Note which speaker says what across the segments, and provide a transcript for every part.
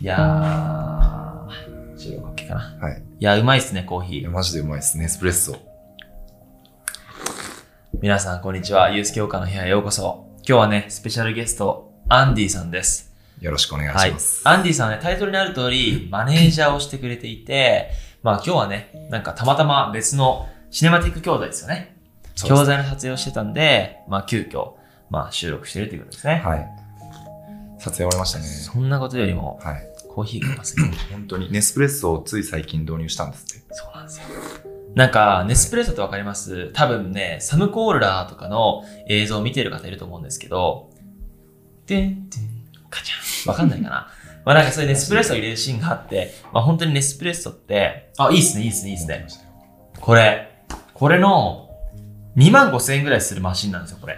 Speaker 1: いやー、白コッケかな。
Speaker 2: はい。
Speaker 1: いや、うまいっすね、コーヒ
Speaker 2: いや
Speaker 1: ー。
Speaker 2: マジでうまいですね、エスプレッソ。
Speaker 1: 皆さん、こんにちは。ユース教科の部屋へようこそ。今日はね、スペシャルゲスト、アンディさんです。
Speaker 2: よろしくお願い
Speaker 1: は
Speaker 2: し
Speaker 1: い
Speaker 2: ます。。
Speaker 1: アンディさんはね、タイトルにある通り、マネージャーをしてくれていて、まあ今日はね、なんかたまたま別のシネマティック教材ですよね。
Speaker 2: そうです
Speaker 1: 教材の撮影をしてたんで、まあ急遽、まあ収録してるということですね。
Speaker 2: はい。撮影終わりましたね。
Speaker 1: そんなことよりも、
Speaker 2: はい。
Speaker 1: コーヒーがうますぎる。
Speaker 2: 本当に、ネスプレッソをつい最近導入したんですって。
Speaker 1: そうなんですよ。なんか、ネスプレッソってわかります多分ね、サムコーラーとかの映像を見てる方いると思うんですけど、てんてん、カチャン。わかんないかなまあなんかそういうネスプレッソを入れるシーンがあって、まあ本当にネスプレッソって、あ、いいっすね、いいっすね、いいっすね。これ、これの2万5千円ぐらいするマシンなんですよ、これ。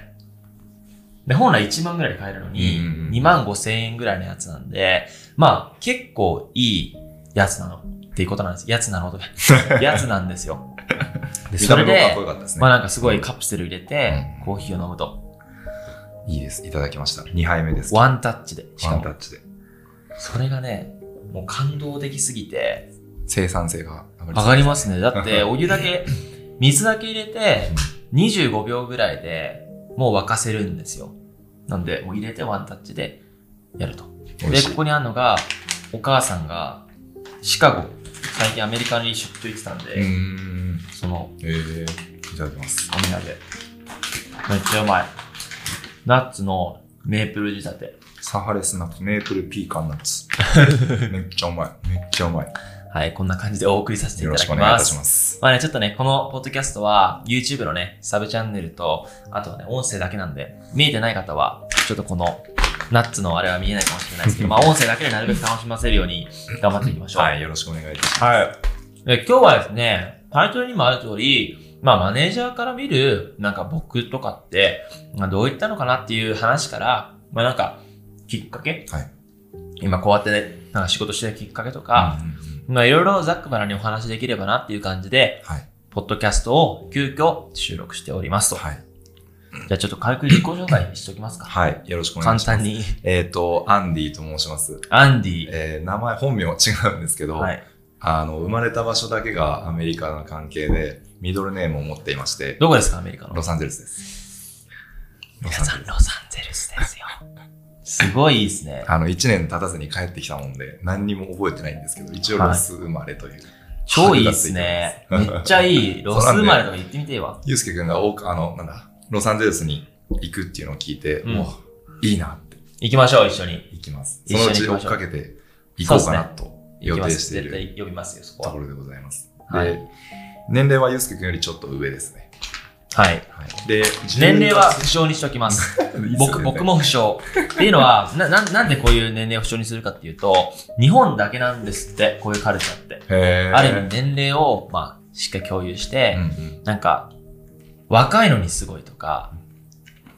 Speaker 1: で、本来1万ぐらいで買えるのに、
Speaker 2: うんうんうん
Speaker 1: 2万5千円ぐらいのやつなんで、まあ、結構いいやつなのっていうことなんです。やつなのとか、 やつなんですよ。で、
Speaker 2: 見
Speaker 1: そ
Speaker 2: た目
Speaker 1: れ
Speaker 2: もかっ
Speaker 1: で、
Speaker 2: こよかったですね。
Speaker 1: まあなんかすごいカプセル入れて
Speaker 2: う、ん
Speaker 1: コーヒーを飲むと、
Speaker 2: いいです。いただきました。2杯目です。
Speaker 1: ワンタッチで。し
Speaker 2: ワ
Speaker 1: か
Speaker 2: ンタ
Speaker 1: も、
Speaker 2: ッチで。
Speaker 1: それがね、もう感動的すぎて、
Speaker 2: 生産性が上がり
Speaker 1: 上がりますね。だ って、お湯だけ、水だけ入れて、25秒ぐらいでもう沸かせるんですよ。なんで、もう入れてワンタッチでやると。
Speaker 2: す。美
Speaker 1: で、
Speaker 2: 味し
Speaker 1: こ
Speaker 2: い。
Speaker 1: こにあるのが、お母さんが、シカゴ、最近アメリカに出張行ってたんで、
Speaker 2: うーん。
Speaker 1: その
Speaker 2: えー、いただきます。
Speaker 1: お土産。めっちゃうまい。ナッツのメープル仕立て。
Speaker 2: サハレスナッツ、メープルピーカンナッ ツ。めっちゃうまい。めっちゃうまい。
Speaker 1: はい、こんな感じでお送りさせていた
Speaker 2: よ
Speaker 1: だ
Speaker 2: ろし
Speaker 1: き
Speaker 2: くお願いい
Speaker 1: ま
Speaker 2: た
Speaker 1: す
Speaker 2: し。ます。
Speaker 1: まあね、ちょっとね、このポッドキャストは YouTube のね、サブチャンネルと、あとはね、音声だけなんで、見えてない方は、ちょっとこの、ナッツのあれは見えないかもしれない ですけど、まあ音声だけでなるべく楽しませるように頑張っていきましょう。
Speaker 2: はい、よろしくお願いいたします。
Speaker 1: はい。で今日はですね、タイトルにもある通り、まあマネージャーから見る、なんか僕とかって、まあ、どういったのかなっていう話から、まあなんか、きっかけ、
Speaker 2: はい
Speaker 1: 今こうやってね、なんか仕事してるきっかけとか、
Speaker 2: うんうんうん
Speaker 1: まあいろいろざっくばらんにお話できればなっていう感じで、
Speaker 2: はい。
Speaker 1: ポッドキャストを急遽収録しておりますと。
Speaker 2: はい。
Speaker 1: じゃあちょっと軽く自己紹介しておきますか。
Speaker 2: はい。よろしくお願
Speaker 1: 簡
Speaker 2: いします。
Speaker 1: 単に。
Speaker 2: えっ、と、アンディと申します。
Speaker 1: アンディ。
Speaker 2: えー名前、本名は違うんですけど、
Speaker 1: はい。
Speaker 2: あの、生まれた場所だけがアメリカの関係で、ミドルネームを持っていまして、
Speaker 1: どこですかアメリカの。
Speaker 2: ロサンゼルスです。
Speaker 1: 皆さん、ロサンゼルスですよ。すごいいいですね。
Speaker 2: あの、1年経たずに帰ってきたもんで、何にも覚えてないんですけど、一応ロス生まれという。
Speaker 1: 超いいですね。めっちゃいい。ロス生まれとか言ってみてえわ。
Speaker 2: ゆうすけくんが多く、あの、なんだ、ロサンゼルスに行くっていうのを聞いて、
Speaker 1: うん
Speaker 2: もう、いいなって
Speaker 1: 行きましょう、一緒に。
Speaker 2: 行きます。
Speaker 1: 一
Speaker 2: そ
Speaker 1: 緒に
Speaker 2: の
Speaker 1: 行きま
Speaker 2: うち追っ
Speaker 1: しょう
Speaker 2: かけて行こうかなと予
Speaker 1: 行き
Speaker 2: 定
Speaker 1: ます
Speaker 2: してい
Speaker 1: 絶
Speaker 2: る
Speaker 1: 対呼びますよ、そこと
Speaker 2: こ
Speaker 1: は。
Speaker 2: ろでございます。
Speaker 1: は
Speaker 2: で
Speaker 1: い、
Speaker 2: 年齢はゆうすけくんよりちょっと上ですね。
Speaker 1: はい。
Speaker 2: はい、で、
Speaker 1: 年齢は不詳にしておきます。 僕僕
Speaker 2: も。
Speaker 1: も不詳。っていうのはなな、なんでこういう年齢を不詳にするかっていうと、日本だけなんですって、こういうカルチャーって。
Speaker 2: へー
Speaker 1: ある意味年齢を、まあ、しっかり共有して、
Speaker 2: うんうん、
Speaker 1: なんか、若いのにすごいとか、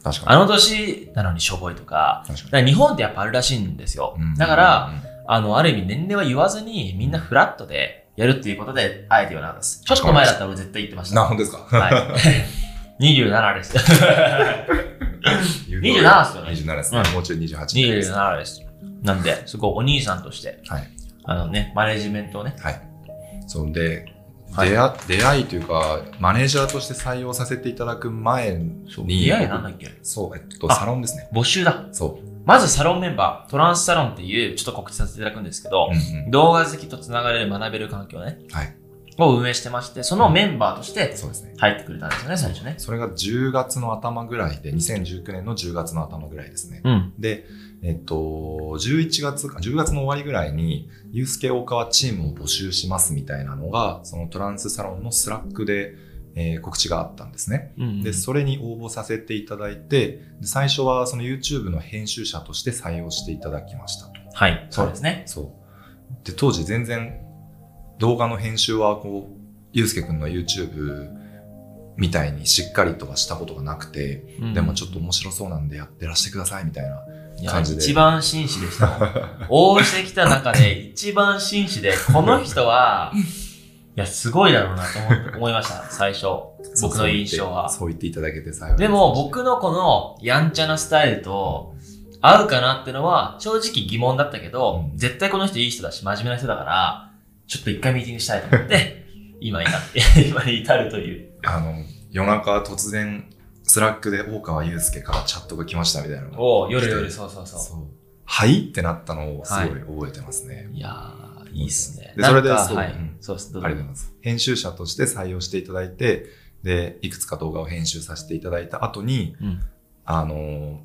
Speaker 2: 確かに。
Speaker 1: あの年なのにしょぼいとか、
Speaker 2: 確か
Speaker 1: だ
Speaker 2: に
Speaker 1: から日本ってやっぱあるらしいんですよ。だから、、あの、ある意味年齢は言わずに、みんなフラットでやるっていうことで、あえてようなんです。ちょっと前だったら俺絶対言ってまし
Speaker 2: な、
Speaker 1: た。
Speaker 2: 本当ですか
Speaker 1: はい。27です。27でよね
Speaker 2: 27ですすね。27です
Speaker 1: う
Speaker 2: ね
Speaker 1: ん。
Speaker 2: もうちょい28になります。
Speaker 1: 27です。なんで、すごいお兄さんとして、
Speaker 2: はい。
Speaker 1: あのね、マネジメントをね、
Speaker 2: はい。そんで、
Speaker 1: はい
Speaker 2: 出会出会いというか、マネージャーとして採用させていただく前に、
Speaker 1: 出会いなんだっけ
Speaker 2: そう、えっと、
Speaker 1: あ
Speaker 2: サロンですね。
Speaker 1: 募集だ。
Speaker 2: そう。
Speaker 1: まずサロンメンバー、トランスサロンっていう、ちょっと告知させていただくんですけど
Speaker 2: う、ん
Speaker 1: 動画好きとつながれる学べる環境ね、
Speaker 2: はい
Speaker 1: を運営してまして、そのメンバーとし
Speaker 2: う
Speaker 1: て
Speaker 2: ん。そうですね。
Speaker 1: 入ってくれたんですよね、最初ね。
Speaker 2: それが10月の頭ぐらいで、2019年の10月の頭ぐらいですね。
Speaker 1: うん。
Speaker 2: で、えっと、11月か、10月の終わりぐらいに、ユースケ大川チームを募集しますみたいなのが、そのトランスサロンのスラックで、えー告知があったんですね。
Speaker 1: うん、
Speaker 2: で、それに応募させていただいて、で最初はその YouTube の編集者として採用していただきましたと。
Speaker 1: はい、そうですね。
Speaker 2: そう。で、当時全然動画の編集はこう、ゆうすけくんの YouTube みたいにしっかりとはしたことがなくて、でもちょっと面白そうなんでやってらしてくださいみたいな。
Speaker 1: いや
Speaker 2: 感じで
Speaker 1: 一番紳士で した。応募してきた中で一番紳士で、この人は、 いや、すごいだろうなと思思いました、最初。僕の印象は。
Speaker 2: そう言ってそう言っていただけて幸いす
Speaker 1: でも、僕のこのやんちゃなスタイルと、合うかなってのは、正直疑問だったけど、
Speaker 2: うん
Speaker 1: 絶対この人いい人だし、真面目な人だから、ちょっと一回ミーティングしたいと思 って、今になって、今に至るという。
Speaker 2: あの、夜中突然、スラックで大川祐介からチャットが来ましたみたいなのが
Speaker 1: おう夜々、そうそうそ
Speaker 2: そう。はいってなったのをすごい覚えてますね。
Speaker 1: う。いやー、いいっすね。
Speaker 2: でそれで
Speaker 1: なんか
Speaker 2: そう
Speaker 1: はい
Speaker 2: うん。
Speaker 1: そうです。どう
Speaker 2: ありがとうございます。編集者として採用していただいて、で、いくつか動画を編集させていただいた後に、
Speaker 1: うん
Speaker 2: あの、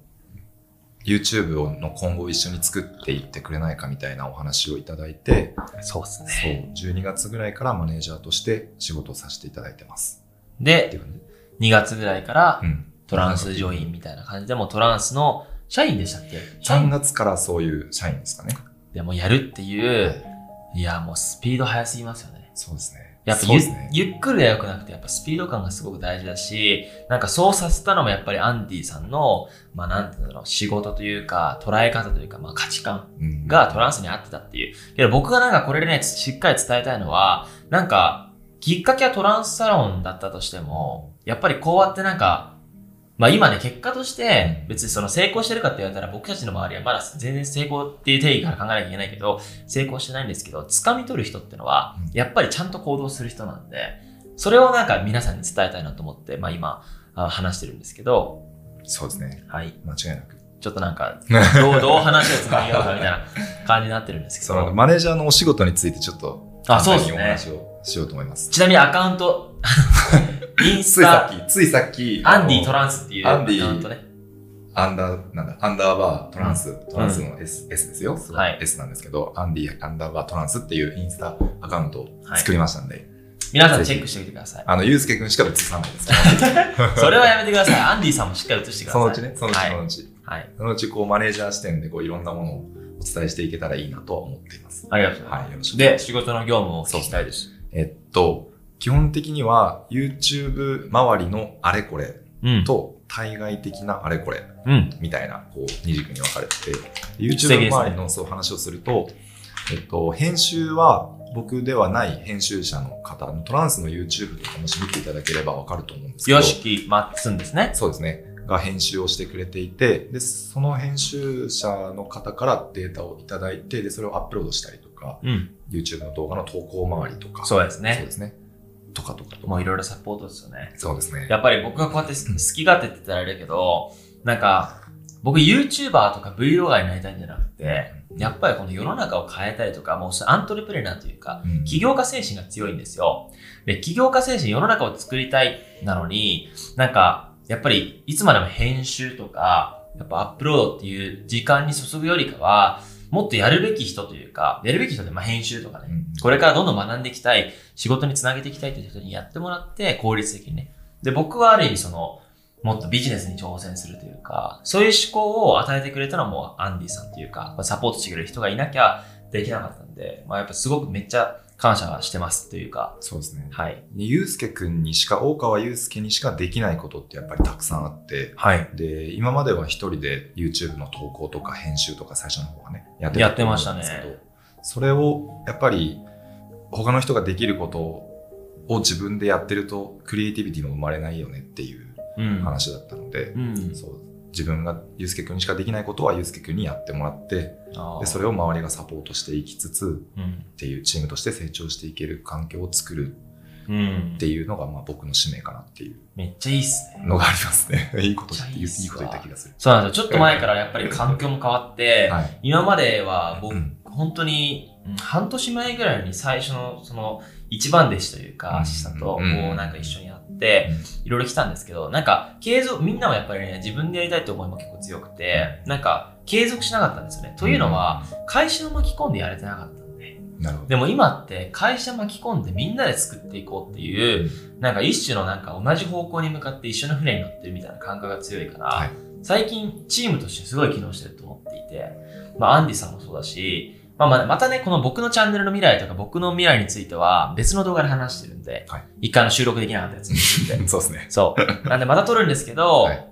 Speaker 2: YouTube をの今後を一緒に作っていってくれないかみたいなお話をいただいて、
Speaker 1: そうですね。
Speaker 2: そう、12月ぐらいからマネージャーとして仕事をさせていただいてます。っ
Speaker 1: で、
Speaker 2: ていう感じ
Speaker 1: 2月ぐらいから
Speaker 2: うん。
Speaker 1: トランスジョインみたいな感じで、もうトランスの社員でしたっけ
Speaker 2: 3月からそういう社員ですかね。
Speaker 1: でもやるっていう、いや、もうスピード速すぎますよね。
Speaker 2: そうですね。
Speaker 1: やっぱ
Speaker 2: そう
Speaker 1: ゆ,、
Speaker 2: ですね。
Speaker 1: ゆっくりは良くなくて、やっぱスピード感がすごく大事だし、なんかそうさせたのもやっぱりアンディさんの、まあなんていうんだろう、仕事というか、捉え方というか、まあ価値観
Speaker 2: うん
Speaker 1: がトランスに合ってたっていう。けど僕がなんかこれでね、しっかり伝えたいのは、なんか、きっかけはトランスサロンだったとしても、やっぱりこうやってなんか、まあ今ね、結果として、別にその成功してるかって言われたら僕たちの周りはまだ全然成功っていう定義から考えなきゃいけないけど、成功してないんですけど、掴み取る人ってのは
Speaker 2: うん、
Speaker 1: やっぱりちゃんと行動する人なんで、それをなんか皆さんに伝えたいなと思って、まあ今、あ話してるんですけど、
Speaker 2: そうですね。
Speaker 1: はい。
Speaker 2: 間違いなく。
Speaker 1: ちょっとなんか、どう、どう話をつなげようかみたいな感じになってるんですけ
Speaker 2: そ
Speaker 1: ど。
Speaker 2: のマネージャーのお仕事についてちょっと、
Speaker 1: あ、そうです
Speaker 2: 簡単にお
Speaker 1: ね。
Speaker 2: 話をしようと思います。
Speaker 1: ちなみにアカウン ト、イン
Speaker 2: つ
Speaker 1: ス
Speaker 2: いさ
Speaker 1: タ、
Speaker 2: っき、ついさっき、
Speaker 1: アンディ
Speaker 2: あ
Speaker 1: ト
Speaker 2: の
Speaker 1: ランスっていう
Speaker 2: ア
Speaker 1: ア
Speaker 2: ンディ
Speaker 1: カウントね。
Speaker 2: アンダー、なんだ、アンダーバートランス、トランスの S,、S ですよ、
Speaker 1: はい
Speaker 2: S なんですけど、アンディアンダーバートランスっていうインスタアカウントを作りましたんで、
Speaker 1: 皆さんチェックしてみてください。
Speaker 2: あの、ゆうすけくんしか映さないですか ら
Speaker 1: それはやめてください。アンディさんもしっかり映してください。
Speaker 2: そのうちね、そのうち、
Speaker 1: は
Speaker 2: そ
Speaker 1: い。
Speaker 2: のうち、
Speaker 1: はい。
Speaker 2: そのうち、こう、マネージャー視点で、こう、いろんなものをお伝えしていけたらいいなとは思っています。
Speaker 1: ありがとうございま
Speaker 2: はい、よろし
Speaker 1: す。
Speaker 2: く。
Speaker 1: で、仕事の業務をお聞きしたいです。
Speaker 2: えっと、基本的には、YouTube 周りのあれこれ
Speaker 1: うん。
Speaker 2: と、対外的なあれこれ
Speaker 1: うん。
Speaker 2: みたいな、こう、二軸に分かれてて、
Speaker 1: 素敵
Speaker 2: YouTube
Speaker 1: ですね
Speaker 2: 周りのそう話をすると、えっと、編集は僕ではない編集者の方、トランスの YouTube とかもし見ていただければ分かると思うんですけど、
Speaker 1: よしきまっつんですね。
Speaker 2: そうですね、が編集をしてくれていて、で、その編集者の方からデータをいただいて、で、それをアップロードしたりとか、
Speaker 1: うん。
Speaker 2: YouTube の動画の投稿周りとか、
Speaker 1: そうです
Speaker 2: そう
Speaker 1: ね。
Speaker 2: ですね。とかとかと
Speaker 1: も
Speaker 2: か。
Speaker 1: ういろいろサポートですよね。
Speaker 2: そうですね。
Speaker 1: やっぱり僕がこうやって好き勝手って言ったらあれだけど、なんか、僕 YouTuber とか Vlogger になりたいんじゃなくて、やっぱりこの世の中を変えたりとか、もうアントレプレナーというか、
Speaker 2: うん、
Speaker 1: 起業家精神が強いんですよ。で、起業家精神、世の中を作りたいなのに、なんか、やっぱり、いつまでも編集とか、やっぱアップロードっていう時間に注ぐよりかは、もっとやるべき人というか、やるべき人で、まあ、編集とかね、
Speaker 2: うん
Speaker 1: これからどんどん学んでいきたい、仕事につなげていきたいという人にやってもらって、効率的にね。で、僕はある意味その、もっとビジネスに挑戦するというか、そういう思考を与えてくれたのはもうアンディさんというか、まあサポートしてくれる人がいなきゃできなかったんで、まあやっぱすごくめっちゃ感謝してますというか、
Speaker 2: そうですね。
Speaker 1: はい。
Speaker 2: ゆうすけくんにしか、大川ゆうすけにしかできないことってやっぱりたくさんあって、
Speaker 1: はい。
Speaker 2: で、今までは一人で YouTube の投稿とか編集とか最初の方はね、やって
Speaker 1: やってましたね
Speaker 2: と思うんですけど。それを、やっぱり、他の人ができることを自分でやってると、クリエイティビティも生まれないよねっていう
Speaker 1: うん。
Speaker 2: 話だったので、
Speaker 1: うん。
Speaker 2: そう、自分がゆうすけくんにしかできないことはゆうすけくんにやってもらって、
Speaker 1: あー
Speaker 2: で、それを周りがサポートしていきつつ、
Speaker 1: うん。
Speaker 2: っていうチームとして成長していける環境を作る
Speaker 1: うん
Speaker 2: って。いうのが、まあ僕の使命かなっていう
Speaker 1: めっちゃいいっすね。
Speaker 2: のがありますね。 いいこと言っていい
Speaker 1: めっちゃいいっすわ
Speaker 2: いいこと言った気がする。
Speaker 1: そうなんですよ。ちょっと前からやっぱり環境も変わって、
Speaker 2: はい。
Speaker 1: 今までは僕
Speaker 2: うん
Speaker 1: 本当にうん半年前ぐらいに最初のその一番弟子という
Speaker 2: うん
Speaker 1: か、アシさんとこう
Speaker 2: うん
Speaker 1: なんか一緒にやって
Speaker 2: うん、
Speaker 1: いろいろ来たんですけど、なんか継続、みんなはやっぱりね、自分でやりたいって思いも結構強くて、なんか継続しなかったんですよね。というのは、会社を巻き込んでやれてなかったんで。
Speaker 2: なるほど。
Speaker 1: でも今って会社巻き込んでみんなで作っていこうっていう、なんか一種のなんか同じ方向に向かって一緒の船に乗ってるみたいな感覚が強いから、
Speaker 2: はい
Speaker 1: 最近チームとしてすごい機能してると思っていて、まあアンディさんもそうだし、まあまあまたね、この僕のチャンネルの未来とか僕の未来については別の動画で話してるんで、
Speaker 2: はい
Speaker 1: 一回の収録できなかったやつについ て。
Speaker 2: そうですね。
Speaker 1: そう。なんでまた撮るんですけど、
Speaker 2: はい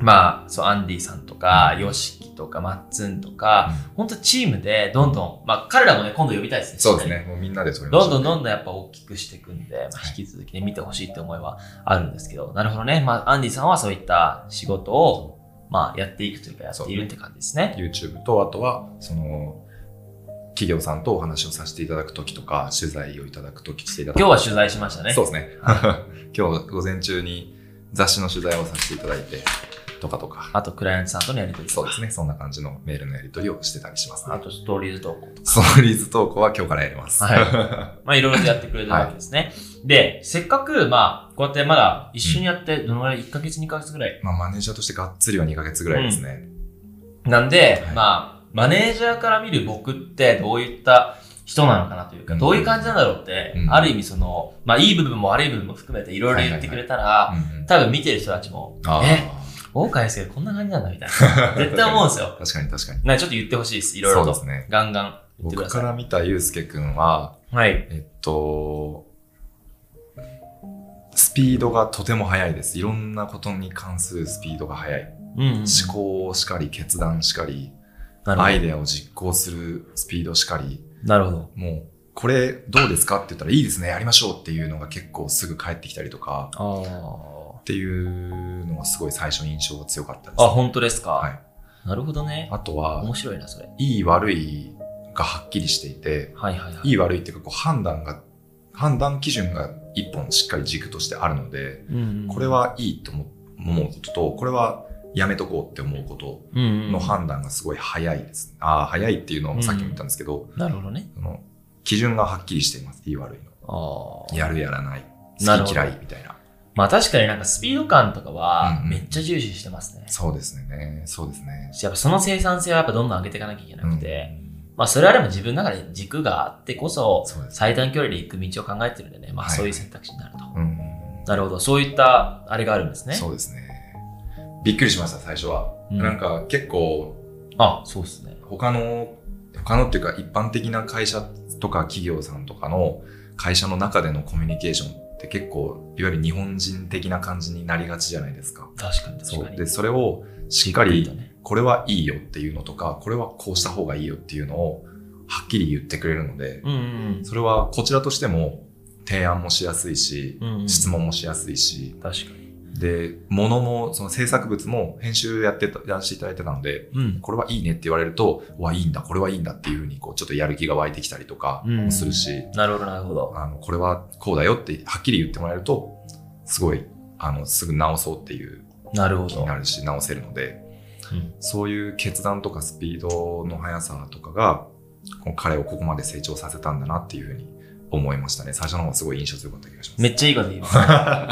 Speaker 1: まあ、そう、アンディさんとか、ヨシキとか、マッツンとか、本当チームでどんどん、まあ彼らもね、今度呼びたいですね。
Speaker 2: そうですね。もうみんなで撮りまし
Speaker 1: ど
Speaker 2: ょ
Speaker 1: んど
Speaker 2: う
Speaker 1: んどんどんやっぱ大きくしていくんで、まあ、引き続きね、見てほしいって思いはあるんですけど、なるほどね。まあ、アンディさんはそういった仕事を、まあ、やっていくというか、やっているって感じですね。
Speaker 2: YouTube と、あとは、その、企業さんとお話をさせていただくときとか、取材をいただくときしていただく
Speaker 1: 今日は取材しましたね。
Speaker 2: そうですね。 今日午前中に雑誌の取材をさせていただいて、とかとか。
Speaker 1: あと、クライアントさんとのやりとりと
Speaker 2: そう
Speaker 1: か。
Speaker 2: ですね。そんな感じのメールのやり取りをしてたりします、
Speaker 1: あ
Speaker 2: ね。
Speaker 1: と、ストーリーズ投稿とか。
Speaker 2: ストーリーズ投稿は今日からやります。
Speaker 1: はまあ、いろいろとやってくれたわけですね。で、せっかく、まあ、こうやってまだ一緒にやって、どのぐらい ?1 ヶ月、2ヶ月ぐらい。
Speaker 2: まあ、マネージャーとしてがっつりは2ヶ月ぐらいですね。
Speaker 1: なんで、
Speaker 2: はい
Speaker 1: まあ、マネージャーから見る僕ってどういった人なのかなというか、
Speaker 2: うん
Speaker 1: どういう感じなんだろうって、
Speaker 2: うん
Speaker 1: ある意味その、まあ、いい部分も悪い部分も含めていろいろ言ってくれたら、
Speaker 2: うんうん
Speaker 1: 多分見てる人たちも、
Speaker 2: あ
Speaker 1: え、
Speaker 2: あ
Speaker 1: 大川ですけどこんな感じなんだみたい な。絶対思うんですよ。
Speaker 2: 確かに確かに。
Speaker 1: なんかちょっと言ってほしいです。いろいろ
Speaker 2: そう
Speaker 1: と。
Speaker 2: ですね。
Speaker 1: ガンガン言ってく
Speaker 2: 僕
Speaker 1: だ
Speaker 2: か
Speaker 1: さ
Speaker 2: ら見たゆうすけくんは、
Speaker 1: い。はい。
Speaker 2: えっと、スピードがとても速いです。いろんなことに関するスピードが速い。
Speaker 1: うん、うん。
Speaker 2: 思考しかり、決断しかり、
Speaker 1: なるほ
Speaker 2: ア
Speaker 1: ど。
Speaker 2: イデアを実行するスピードしかり、
Speaker 1: なるほど。
Speaker 2: もう、これどうですかって言ったらいいですね、やりましょうっていうのが結構すぐ返ってきたりとか、
Speaker 1: あ
Speaker 2: っていうのがすごい最初印象が強かったです。
Speaker 1: あ。あ、本当ですか。
Speaker 2: はい
Speaker 1: なるほどね。
Speaker 2: あとは、
Speaker 1: 面白いな、それ。
Speaker 2: いい悪いがはっきりしていて、
Speaker 1: はいはいはい。
Speaker 2: いい悪いっていうかこう判断が、判断基準が一本しっかり軸としてあるので、
Speaker 1: うんうんうん
Speaker 2: これ、はいいと思思うことと、これはやめとこうって思うこと
Speaker 1: うんうん、
Speaker 2: の判断がすごい早いです、ああ、早いっていうのもさっきも言ったんですけど、
Speaker 1: なるほどね。
Speaker 2: その基準がはっきりしています。いい悪いの。
Speaker 1: ああ。
Speaker 2: やるやらない。
Speaker 1: なるほ
Speaker 2: 好き
Speaker 1: ど
Speaker 2: 嫌いみたいな。
Speaker 1: まあ確かになんかスピード感とかは
Speaker 2: うんうん
Speaker 1: めっちゃ重視してますね。
Speaker 2: そうですね。そうですね。
Speaker 1: やっぱその生産性はやっぱどんどん上げていかなきゃいけなくて、
Speaker 2: うん
Speaker 1: まあそれはでも自分の中で軸があってこそ
Speaker 2: そうです。
Speaker 1: 最短距離で行く道を考えてるんでね、まあ
Speaker 2: はい
Speaker 1: そういう選択肢になると。
Speaker 2: うん。
Speaker 1: なるほど、そういったあれがあるんですね。
Speaker 2: そうですね。びっくりしました、最初は。
Speaker 1: うん
Speaker 2: なんか結構、
Speaker 1: あ、そうですね。
Speaker 2: 他の、他のっていうか一般的な会社とか企業さんとかの会社の中でのコミュニケーションって結構、いわゆる日本人的な感じになりがちじゃないですか。
Speaker 1: 確かに確
Speaker 2: そ
Speaker 1: か
Speaker 2: う。
Speaker 1: に。
Speaker 2: で、それをしっか
Speaker 1: いい
Speaker 2: り
Speaker 1: と、ね
Speaker 2: これはいいよっていうのとか、これはこうした方がいいよっていうのをはっきり言ってくれるので、
Speaker 1: うんうん
Speaker 2: それはこちらとしても提案もしやすいし、
Speaker 1: うん。うんうん、
Speaker 2: 質問もしやすいし、
Speaker 1: 確かに。
Speaker 2: で、物も、その制作物も編集やってた、やらせていただいてたので、
Speaker 1: うん。
Speaker 2: これはいいねって言われると、うわ、いいんだ、これはいいんだっていうふうに、こう、ちょっとやる気が湧いてきたりとか
Speaker 1: うん
Speaker 2: もするし、
Speaker 1: なるほど、なるほど。
Speaker 2: あの、これはこうだよって、はっきり言ってもらえると、すごい、あの、すぐ直そうっていう
Speaker 1: なるほ
Speaker 2: 気に
Speaker 1: ど
Speaker 2: な。るし、直せるので、
Speaker 1: うん
Speaker 2: そういう決断とかスピードの速さとかが、こう彼をここまで成長させたんだなっていうふうに思いましたね。最初の方がすごい印象強かった気がします。
Speaker 1: めっちゃいいこと言いますね。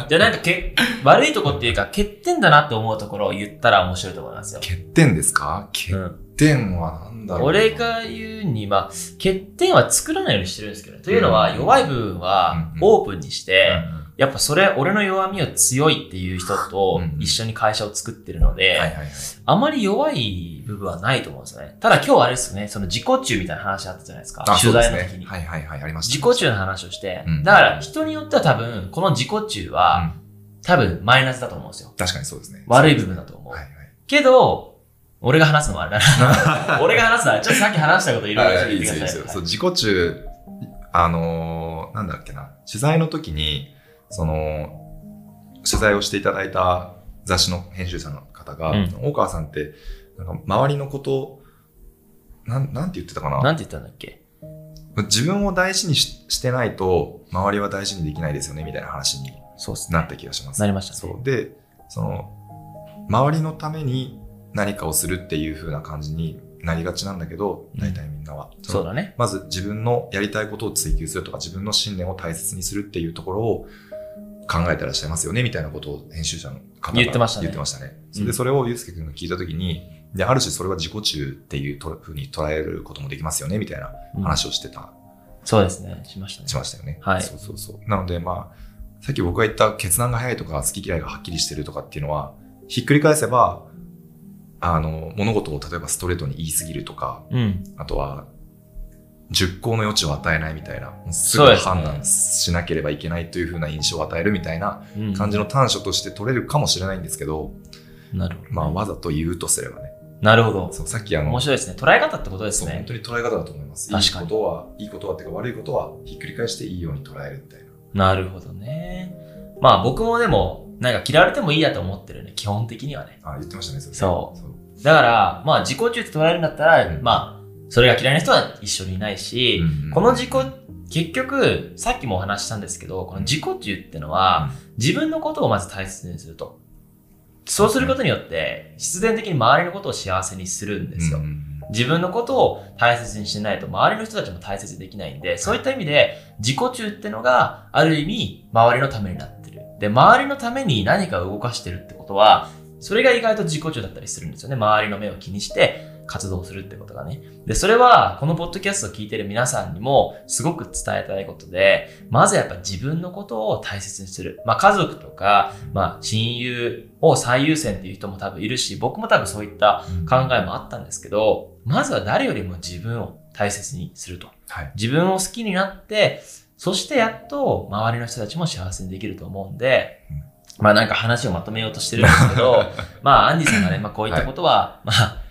Speaker 1: で、なんかけ、悪いとこっていうか、欠点だなって思うところを言ったら面白いと思いますよ。
Speaker 2: 欠点ですか欠
Speaker 1: うん
Speaker 2: 点は何だろうな
Speaker 1: 俺が言うに、まあ、欠点は作らないようにしてるんですけど、というのは、
Speaker 2: うん
Speaker 1: 弱い部分は
Speaker 2: うん
Speaker 1: オープンにして、
Speaker 2: うんうん
Speaker 1: やっぱそれ、俺の弱みを強いっていう人と
Speaker 2: うん
Speaker 1: 一緒に会社を作ってるので、
Speaker 2: はいはいはい。
Speaker 1: あまり弱い部分はないと思うんですよね。ただ今日あれですよね、その自己中みたいな話あったじゃないですか、
Speaker 2: あ、
Speaker 1: 取
Speaker 2: そうで
Speaker 1: 材
Speaker 2: す
Speaker 1: の時
Speaker 2: ね
Speaker 1: に。。
Speaker 2: はいはいはい、ありました。
Speaker 1: 自己中の話をして、
Speaker 2: うん
Speaker 1: だから人によっては多分、この自己中は、
Speaker 2: うん
Speaker 1: 多分マイナスだと思うんですよ。
Speaker 2: 確かにそうですね。
Speaker 1: 悪い部分だと思う。
Speaker 2: はいはい。
Speaker 1: けど、俺が話すのはあれ だな。俺が話すのは、ちょっとさっき話したこといろいろ
Speaker 2: あ
Speaker 1: 言
Speaker 2: いい
Speaker 1: っ
Speaker 2: で
Speaker 1: てく
Speaker 2: すよ、いい
Speaker 1: だ
Speaker 2: です
Speaker 1: さい。
Speaker 2: よ。
Speaker 1: はい
Speaker 2: そう、自己中、あのーなんだっけな、取材の時に、その、取材をしていただいた雑誌の編集者の方が、
Speaker 1: うん
Speaker 2: 大川さんって、なんか周りのこと、なん、なんて言ってたかな。
Speaker 1: なんて言ったんだっけ
Speaker 2: 自分を大事にししてないと、周りは大事にできないですよね、みたいな話に
Speaker 1: そうっす
Speaker 2: な
Speaker 1: ね
Speaker 2: っ。た気がします。
Speaker 1: なりましたね。
Speaker 2: そうでその周りのために何かをするっていう風な感じになりがちなんだけど
Speaker 1: うん
Speaker 2: 大体みんなは、その
Speaker 1: そうだね。
Speaker 2: まず自分のやりたいことを追求するとか自分の信念を大切にするっていうところを考えてらっしゃいますよねみたいなことを編集者の方が
Speaker 1: 言ってましたね
Speaker 2: 言ってましたねそれ
Speaker 1: う
Speaker 2: で
Speaker 1: ん
Speaker 2: それをゆうすけくんが聞いた時にである種それは自己中っていうと風に捉えることもできますよねみたいな
Speaker 1: うん
Speaker 2: 話をしてた、
Speaker 1: そうですね。しましたね
Speaker 2: し。ましたよね。
Speaker 1: はい
Speaker 2: そうそうそう。なので、まあ、さっき僕が言った決断が早いとか好き嫌いがはっきりしてるとかっていうのは、ひっくり返せば、あの、物事を例えばストレートに言い過ぎるとか、
Speaker 1: うん。
Speaker 2: あとは、熟考の余地を与えないみたいな、もうす
Speaker 1: そう
Speaker 2: ぐ
Speaker 1: ですね
Speaker 2: 判断しなければいけないという風な印象を与えるみたいな
Speaker 1: うん
Speaker 2: 感じの短所として取れるかもしれないんですけど、
Speaker 1: なるほどね。
Speaker 2: まあ、わざと言うとすればね。
Speaker 1: なるほど。
Speaker 2: そうさっきあの
Speaker 1: 面、白いですね。捉え方ってことです
Speaker 2: そう本
Speaker 1: ね。
Speaker 2: 当に捉え方だと思います。いい
Speaker 1: 確かに
Speaker 2: ことは、いいことはっていうか悪いことはひっくり返していいように捉えるみたいな。
Speaker 1: なるほどね。まあ僕もでも、なんか嫌われてもいいやと思ってるね、基本的にはね。
Speaker 2: あ言ってましたね、それね。
Speaker 1: そう
Speaker 2: そう
Speaker 1: だから、まあ自己中って捉えるんだったら、
Speaker 2: うん
Speaker 1: まあ、それが嫌いな人は一緒にいないし、
Speaker 2: うん
Speaker 1: この自己、結局、さっきもお話ししたんですけど、この自己中ってのは、自分のことをまず大切にすると。そうすることによって、必然的に周りのことを幸せにするんですよ。
Speaker 2: うん
Speaker 1: 自分のことを大切にしないと周りの人たちも大切にできないんで、そういった意味で自己中ってのがある意味周りのためになってる。で、周りのために何かを動かしてるってことは、それが意外と自己中だったりするんですよね。周りの目を気にして活動するってことがね。で、それはこのポッドキャストを聞いてる皆さんにもすごく伝えたいことで、まずやっぱ自分のことを大切にする。まあ家族とか、まあ親友を最優先っていう人も多分いるし、僕も多分そういった考えもあったんですけど、まずは誰よりも自分を大切にすると。
Speaker 2: はい。
Speaker 1: 自分を好きになって、そしてやっと周りの人たちも幸せにできると思うんで、まあなんか話をまとめようとしてるんですけ ど、まあアンディさんがね、まあこういったことは、まあ、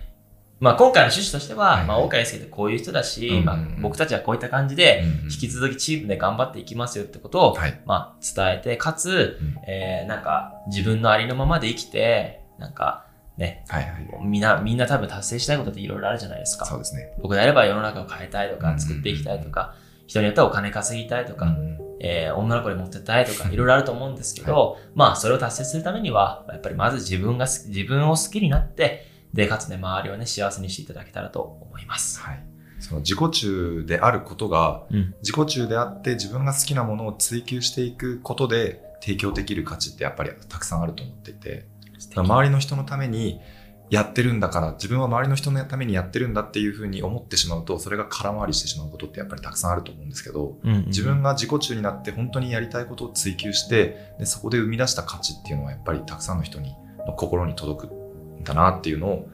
Speaker 1: まあ今回の趣旨としては、
Speaker 2: はい
Speaker 1: まあ大川祐介ってこういう人だし、
Speaker 2: うんうんうん
Speaker 1: まあ僕たちはこういった感じで、
Speaker 2: 引
Speaker 1: 引き続きチームで頑張っていきますよってことを、
Speaker 2: はい。
Speaker 1: まあ、伝えて、かつ、
Speaker 2: うん
Speaker 1: えーなんか自分のありのままで生きて、なんかね、
Speaker 2: はいはい。
Speaker 1: みんな、みんな多分達成したいことっていろいろあるじゃないです
Speaker 2: そ
Speaker 1: か。
Speaker 2: うですね。
Speaker 1: 僕であれば世の中を変えたいと
Speaker 2: う
Speaker 1: か、
Speaker 2: ん
Speaker 1: 作っていきたいとか、人によってはお金稼ぎたいとか、
Speaker 2: うん
Speaker 1: えー女の子に持ってったいと か、いろいろあると思うんですけど、まあ、それを達成するためには、やっぱりまず自分が好き、自分を好きになって、で、かつね、周りをね、幸せにしていただけたらと思います。
Speaker 2: はい。その自己中であることが、
Speaker 1: うん
Speaker 2: 自己中であって自分が好きなものを追求していくことで提供できる価値ってやっぱりたくさんあると思っていて、
Speaker 1: 素敵
Speaker 2: 周りの人のためにやってるんだから、自分は周りの人のためにやってるんだっていうふうに思ってしまうと、それが空回りしてしまうことってやっぱりたくさんあると思うんですけど、
Speaker 1: うんうん
Speaker 2: 自分が自己中になって本当にやりたいことを追求してでそこで生み出した価値っていうのはやっぱりたくさんの人にの心に届くんだなっていうのを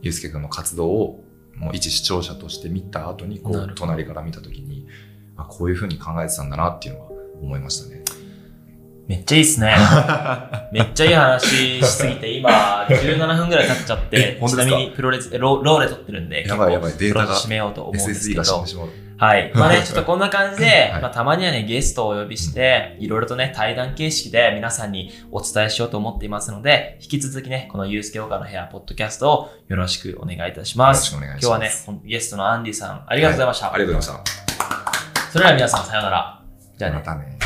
Speaker 2: ゆうすけくんの活動をもう一視聴者として見た後にこ
Speaker 1: なるほ
Speaker 2: う
Speaker 1: ど
Speaker 2: 隣から見た時にあこういうふうに考えてたんだなっていうのは思いましたね。
Speaker 1: めっちゃいいっす ね。めっちゃいい話しすぎて、今、17分ぐらい経っちゃって
Speaker 2: え、本
Speaker 1: ち
Speaker 2: 当で
Speaker 1: な
Speaker 2: すか
Speaker 1: みにプロレス、えロローレ撮ってるんで、
Speaker 2: やばいやばいデー
Speaker 1: プロ
Speaker 2: タ
Speaker 1: レ
Speaker 2: が
Speaker 1: ス締めようと思うんですけ
Speaker 2: SSD が死ん
Speaker 1: ど
Speaker 2: で。しまう。
Speaker 1: はい。まあね、ちょっとこんな感じで、
Speaker 2: はい
Speaker 1: まあたまにはね、ゲストをお呼びして、いろいろとね、対談形式で皆さんにお伝えしようと思っていますので、引き続きね、このゆうすけおかの部屋、ポッドキャストをよろしくお願いいたし
Speaker 2: よ
Speaker 1: ま
Speaker 2: ろ
Speaker 1: す。
Speaker 2: しくお願いします。
Speaker 1: 今日はね、ほんゲストのアンディさん、ありがとうございました。
Speaker 2: ありがとうございまし
Speaker 1: それでは皆さん、さようなら。じ
Speaker 2: た。
Speaker 1: ゃあね
Speaker 2: ま。たね。